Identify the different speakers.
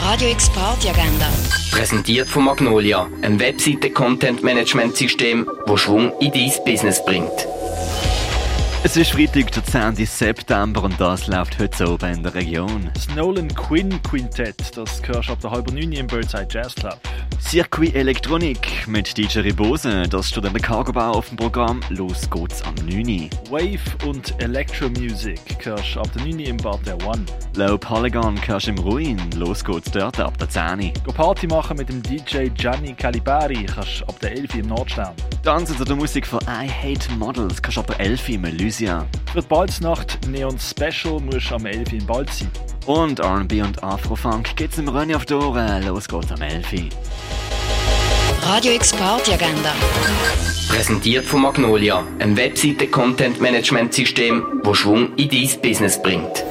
Speaker 1: Radio X Party Agenda.
Speaker 2: Präsentiert von Magnolia, ein Webseite-Content-Management-System, wo Schwung in dein Business bringt.
Speaker 3: Es ist Freitag, der 10. September und das läuft heute so in der Region.
Speaker 4: Das Nolan Quinn Quintett, das hörst du ab der halben neun im Birdside Jazz Club.
Speaker 3: Circuit Elektronik mit DJ Ribose, das steht an der Cargo Bar auf dem Programm. Los geht's am 9.
Speaker 4: Wave und Electro Music hörst du ab der neun im Bar der One.
Speaker 3: Low Polygon hörst du im Ruin. Los geht's dort ab der 10.
Speaker 4: Go Party machen mit dem DJ Gianni Calipari kannst du ab der 11 im Nordstern.
Speaker 3: Tanzen zu der Musik von I Hate Models kannst du ab der 11 im Elysia.
Speaker 4: Für die Balznacht Neon Special musst du am 11 im Balz sein.
Speaker 3: Und R&B und Afrofunk geht's im René auf die Ohren. Los geht's am 11.
Speaker 1: Radio X Party Agenda.
Speaker 2: Präsentiert von Magnolia, ein Webseite-Content-Management-System, wo Schwung in dein Business bringt.